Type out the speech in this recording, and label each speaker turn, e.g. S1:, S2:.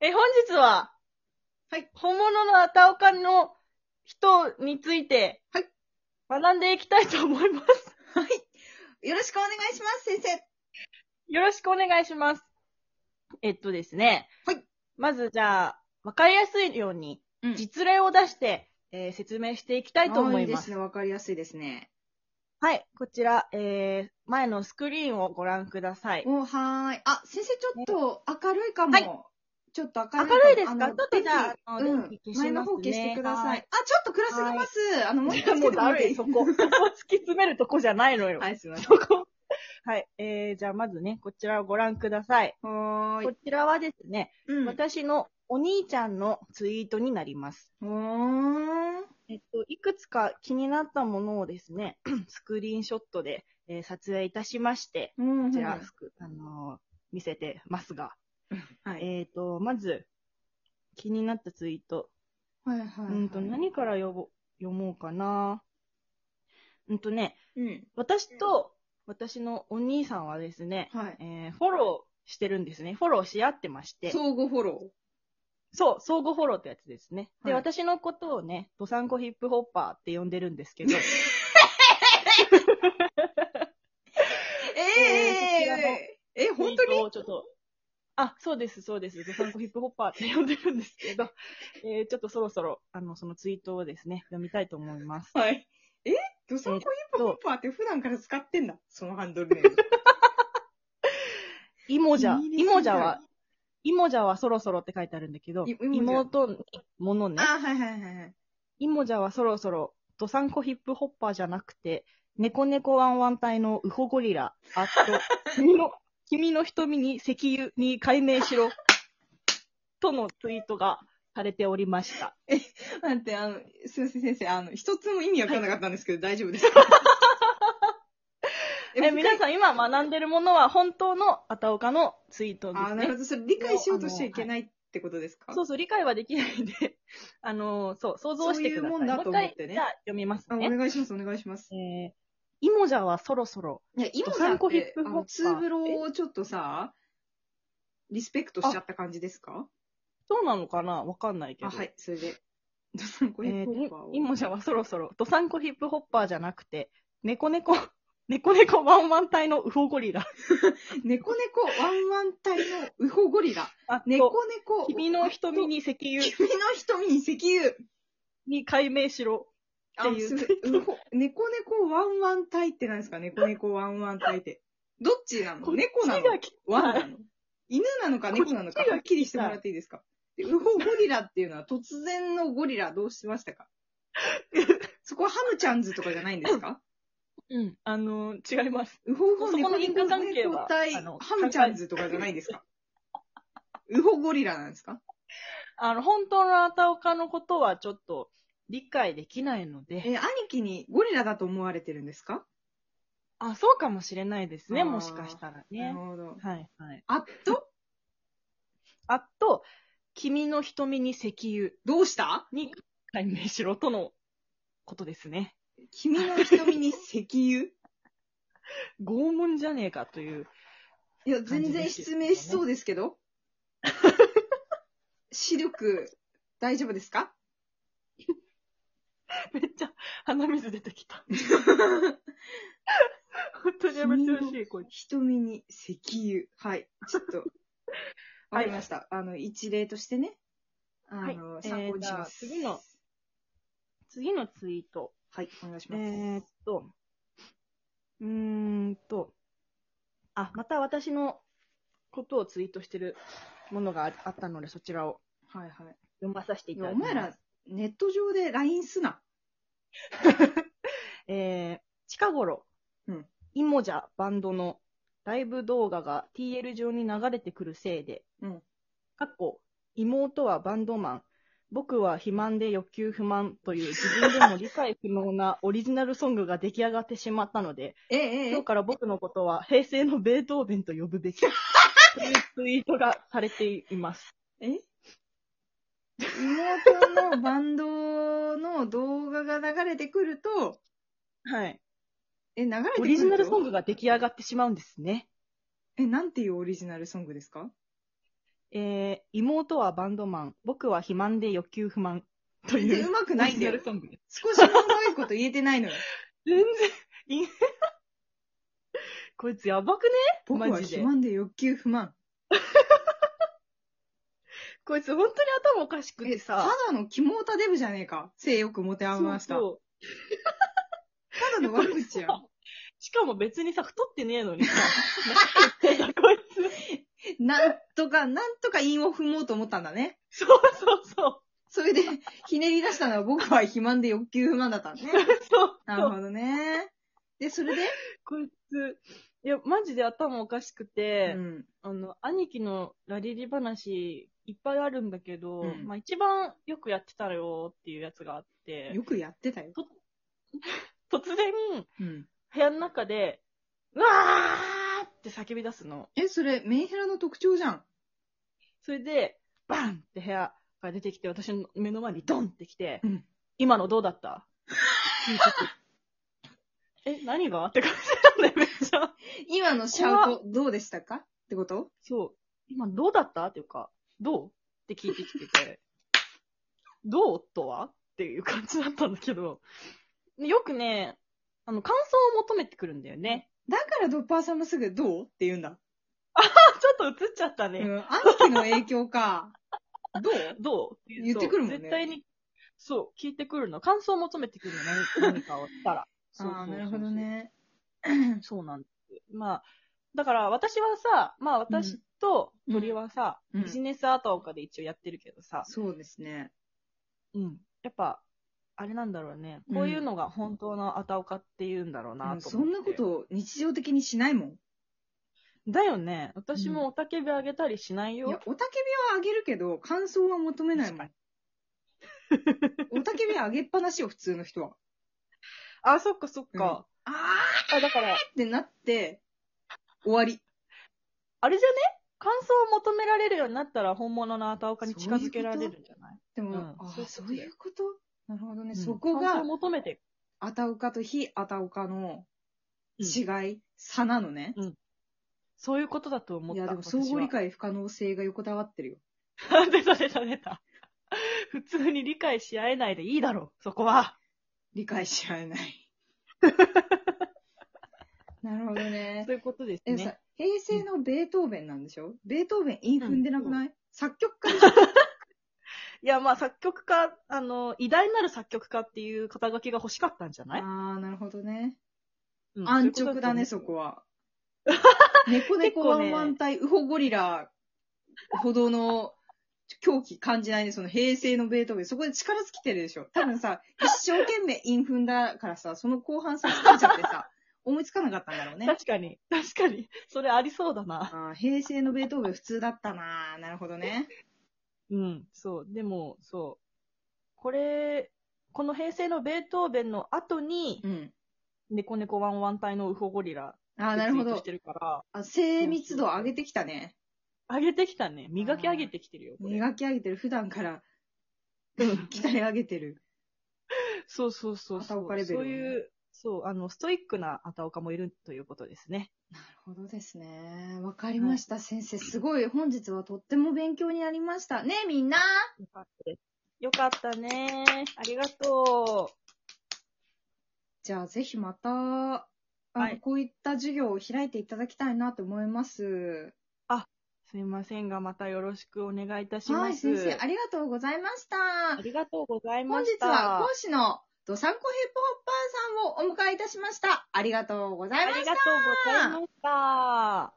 S1: え、本日は、
S2: はい。
S1: 本物のアタオカの人について、
S2: はい。
S1: 学んでいきたいと思います。
S2: はい。よろしくお願いします、先生。
S1: よろしくお願いします。えっとですね。
S2: はい。
S1: まずじゃあ、わかりやすいように、
S2: うん
S1: 実例を出して、えー説明していきたいと思い
S2: で
S1: ますす。
S2: ね。わかりやすいですね。
S1: はい。こちら、えー、前のスクリーンをご覧ください。
S2: おーはーい。あ、先生、ちょっと明るいかも。
S1: は
S2: ちょっと
S1: 明
S2: 明るいも
S1: るいですか
S2: あ
S1: ちょ
S2: の
S1: っとじゃあ、あ
S2: 電気
S1: の、電気
S2: う
S1: 消
S2: ん。前
S1: し
S2: の
S1: ます
S2: 方
S1: ね。
S2: 消してください。
S1: は
S2: あ、ちょっと暗すぎます。あの、もう一 回
S1: もう
S2: つけても
S1: だ
S2: らってい
S1: る
S2: い
S1: い、そこ。そこ突き詰めるとこじゃないのよ。
S2: はい、すいません。
S1: そこ。はい。えー、じゃあまずね、こちらをご覧ください。
S2: はー
S1: こ
S2: い。
S1: ちらはですね、
S2: うん。
S1: 私のお兄ちゃんのツイートになります。
S2: うーん。
S1: えっと、いくつか気になったものをですね、 スクリーンショットで、えー撮影いたしまして、
S2: うん
S1: こちら、スクあのー見せてますが、
S2: はい。
S1: えっ、と、まず、気になったツイート。
S2: はい、はいはい。
S1: うんと、何から読ぼ読もうかな。うんとね、
S2: うん。
S1: 私と私のお兄さんはですね、
S2: はい。
S1: えーフォローしてるんですね。フォローし合ってまして。そう、
S2: 相互フォロ
S1: 相互フォローってやつですね。で、
S2: はい
S1: 私のことをね、ドサンコヒップホッパーって呼んでるんですけど、えーそちらの
S2: ー。えー、えー、 本
S1: ツ
S2: 当
S1: イー
S2: に
S1: トをちょっと、あ、そうです、そうです。ドサンコヒップホッパーって呼んでるんです けど、えーちょっとそろそろ、あの、そのツイートをですね、読みたいと思います。
S2: はい。えドサンコヒップホッパーって普段から使ってんだ。そのハンドルネーム。
S1: イモジャ、
S2: いいです
S1: イ
S2: ね
S1: モジャは、イモジャはそろそろって書いてあるんだけど、
S2: いイモジャ
S1: 妹にものね
S2: あ、、はいはいはいはい。
S1: イモジャはそろそろ、ドサンコヒップホッパーじゃなくて、猫猫ワンワン隊のウホゴリラ、あっ と、君の、君の瞳に石油に解明しろ、とのツイートがされておりました。
S2: 待って、あの、すいません先生、あの、一つも意味わかんなかったんですけど、大丈夫 ですか
S1: え皆
S2: ん、
S1: さん今学んでるものは本当のアタオカのツイートで
S2: あ
S1: す
S2: なる
S1: ね
S2: ほ。ど。それ理解しようとしちゃいけないってことですか
S1: そうそう、理解はできないんで、 あのそう、想像してください。
S2: そういうもんだと思って
S1: もう一回
S2: ね
S1: じゃあ読みます
S2: あお
S1: ね。
S2: 願いします、お願いします。
S1: えー、イモジャはそろそろ、
S2: いや、今
S1: ド
S2: さ
S1: サ
S2: ん
S1: ン
S2: っ
S1: コヒッ
S2: て、
S1: プ
S2: あ
S1: ホッパー
S2: の、ツーブロをちょっとさ、リスペクトしちゃった感じですか
S1: そうなのかなわかんないけ
S2: あ、
S1: ど。
S2: はい、それで。ドサンコヒ
S1: え
S2: ッ
S1: ー
S2: プホッ
S1: に
S2: パーを。
S1: イモジャはそろそろ、ドサンコヒップホッパーじゃなくて、猫 猫、猫猫ワンワン隊のウホゴリラ。
S2: 猫猫ワンワン隊のウホゴリラ。
S1: あ、
S2: 猫猫。
S1: 君の瞳に石油
S2: 君の瞳に石油。
S1: に解明しろ。
S2: あ
S1: っていう
S2: す うほ猫猫ワンワン隊って何ですか猫猫ワンワン隊って。どっちなの
S1: こっち
S2: 猫なの
S1: がき
S2: ワンなの犬なのか猫なのか
S1: こっちが
S2: はっきりしてもらっていいですかでウホゴリラっていうのは突然のゴリラどうしました かそこはハムちゃんズとかじゃないんですか
S1: うん、あのー違います。
S2: ウホゴ
S1: そ
S2: リ
S1: こ
S2: ラ
S1: の因果関係は
S2: 隊
S1: あの
S2: ハムちゃんズとかじゃないんですかウホゴリラなんですか
S1: あの、本当のアタオカのことはちょっと理解できないので、
S2: え、兄貴にゴリラだと思われてるんですか
S1: あ、そうかもしれないですね、
S2: あー
S1: もしかしたら
S2: なる
S1: ね。
S2: ほど。
S1: はい、はい。
S2: あっと、
S1: あと、君の瞳に石油
S2: どうした
S1: に解明しろとのことですね。
S2: 君の瞳に石油
S1: 拷問じゃねえかという。
S2: いや、全然失明しそうですけど。視力、大丈夫ですか
S1: めっちゃ鼻水出てきた。 本当にやめてほしい、こいつ。
S2: 瞳に石油。はい。ちょっと、わかりました。あの、一例としてね、あの、
S1: はい
S2: 参考にします。
S1: えーじゃあ次の次のツイート。
S2: はい、お願いし
S1: え
S2: ま
S1: ー
S2: す。
S1: っと、うーんと、あ、また私のことをツイートしてるものがああったので、そちらを
S2: はいはい。
S1: 読まさせてい
S2: い
S1: ただ
S2: や、
S1: き
S2: お
S1: ます。
S2: 前ら、ネット上で LINE すな。
S1: えー、近頃、
S2: うん
S1: イモジャバンドのライブ動画が TL 上に流れてくるせいで、
S2: うん
S1: かっこ妹はバンドマン、僕は肥満で欲求不満という自分でも理解不能な オリジナルソングが出来上がってしまったので、
S2: えええええ
S1: 今
S2: え
S1: 日から僕のことは平成のベートーベンと呼ぶべき。というツイートがされています。
S2: え妹のバンドの動画が流れてくると、
S1: はい。
S2: え、流れてくると
S1: オリジナルソングが出来上がってしまうんですね。
S2: え、なんていうオリジナルソングですか
S1: えー、妹はバンドマン、僕は肥満で欲求不満と
S2: 全
S1: い
S2: 然
S1: う
S2: うまくないんだ
S1: オリジナ
S2: よ
S1: ル。ソングです
S2: 少しもうまいこと言えてないのよ。
S1: 全然、いい こいつやばくね
S2: 僕は
S1: マジで
S2: 肥満で欲求不満。
S1: こいつ本当に頭おかしくて
S2: え、
S1: さ
S2: た。だの肝オタデブじゃねえか。性欲持て余した。
S1: そうそう
S2: ただの悪口やん。
S1: しかも別にさ、太ってねえのにさ。なんで言ってんだこい
S2: なんとか、なんとか韻を踏もうと思ったんだね。
S1: つ。そうそうそう。
S2: そ れで、ひねり出したのは僕は肥満で欲求不満だったんね。
S1: そう。
S2: なるほどね。で、それで、
S1: こいつ、いや、マジで頭おかしくて、
S2: うん。
S1: あの、兄貴のラリリ話、いっぱいあるんだけど、
S2: うん
S1: まあ一番よくやってたよっていうやつがあって、
S2: よくやってたよ。
S1: 突然、
S2: うん。
S1: 部屋の中で、うわーって叫び出すの。
S2: え、それ、メンヘラの特徴じゃん。
S1: それで、バンって部屋から出てきて、私の目の前にドンってきて、
S2: うん
S1: 今のどうだった え、何がって感じなんだよ、めっちゃ。
S2: 今のシャウト、どうでしたかってこと
S1: そう。今どうだったっていうか、どうって聞いてきてて、どうとはっていう感じだったんだけど、でよくね、あの、感想を求めてくるんだよね。
S2: だからドッパーさんもすぐ、どうって言うんだ。
S1: あ、ちょっと映っちゃった
S2: う
S1: ね。
S2: ん。兄貴の影響 か。どう
S1: どういう
S2: 言ってくるもん
S1: そ
S2: ね
S1: う絶対に、そう、聞いてくるの。感想を求めてくるの、 何何かをしたら。そうそう
S2: ああ、
S1: そう
S2: なるほど。ね。
S1: そうなんです。まあ、だから私はさ、まあ私と鳥はさ、
S2: うんうん
S1: ビジネスアートかで一応やってるけどさ、
S2: そうですね。
S1: うん。やっぱ、あれなんだろうね。こういうのが本当のアタオカって言うんだろうな
S2: もう
S1: と
S2: そ
S1: 思って
S2: んなことを日常的にしないもん。
S1: だよね。私もおたけびあげたりしない
S2: いや
S1: よ。、
S2: おたけびはあげるけど、感想は求めないもん。 おたけびはあげっぱなしよ、普通の人は。
S1: あ、そっかそっか。
S2: あ
S1: あ、だから、
S2: ーってなって、終わり。
S1: あれじゃね感想を求められるようになったら本物のアタオカに近づけられるんじゃない
S2: でも、
S1: うん
S2: あーそ
S1: そうう
S2: い
S1: いうう
S2: ことなるほどね。
S1: うん
S2: そこ
S1: 感想
S2: が
S1: を、求めて。
S2: あたおかと非あたおかの
S1: うん
S2: 違い、差なのね。
S1: そういうことだと思っ
S2: い
S1: た。
S2: や、でも相互理解不可能性が横たわってるよ。
S1: 私 は。出た出た出た。普通に理解し合えないでいいだろう、そこは。
S2: 理解し合え ない。なるほどね。
S1: そういうことです
S2: え、
S1: ね
S2: さ。、平成のベートーベンなんでしょベートーベン韻踏んでなくない、作曲家でしょ
S1: いや、まあ作曲家、あの、偉大なる作曲家っていう肩書きが欲しかったんじゃない
S2: ああ、なるほどね。
S1: うん
S2: 安直だね、
S1: そう
S2: そ
S1: いう
S2: こは。 猫猫ワンワン対ウホゴリラほどの狂気感じないね、その平成のベートーベン。そこで力尽きてるでしょ。多分さ、一生懸命韻踏んだからさ、その後半さ、疲れちゃってさ、 思いつかなかったんだろう
S1: ことだと思う
S2: ね。
S1: 確かに、 確かに。それありそうだな。
S2: あー平成のベートーベン普通だったななるほどね。
S1: うん、そう。でも、そう。これ、この平成のベートーベンの後に、
S2: うん。
S1: 猫猫ワンワン隊のウホゴリラっ
S2: ああ、
S1: てツ
S2: な
S1: イ
S2: るほ
S1: ート
S2: ど
S1: して。るから、
S2: あ精密度を上げてきたね。
S1: 上げてきたね。磨き上げてきてるよ、これ。
S2: 磨き上げてる。普段から
S1: うん
S2: 鍛え上げてる。
S1: そうそうそう
S2: アタ
S1: そ
S2: オカ
S1: う。
S2: レベ
S1: そ
S2: ルを
S1: う
S2: ね
S1: いう、そう、あの、ストイックなアタオカもいるということですね。
S2: なるほどですね。わかりました、先生。すごい、本日はとっても勉強になりました。ねえ、みんな
S1: よかったです。よかったね。ありがと
S2: じゃあ、ぜひまた、あの
S1: はい
S2: こういった授業を開いていただきたいなと思います。
S1: う。すみませんが、またよろしくお願いいたし
S2: は
S1: ま
S2: い、
S1: す。
S2: 先生、ありがとうございました
S1: あ。りがとうござい
S2: 本
S1: ま
S2: 日
S1: した。
S2: は講師のドサンコヒップホッパーさんをお迎えいたしました。ありがとうございま
S1: あ
S2: し
S1: り
S2: た
S1: がとうございました。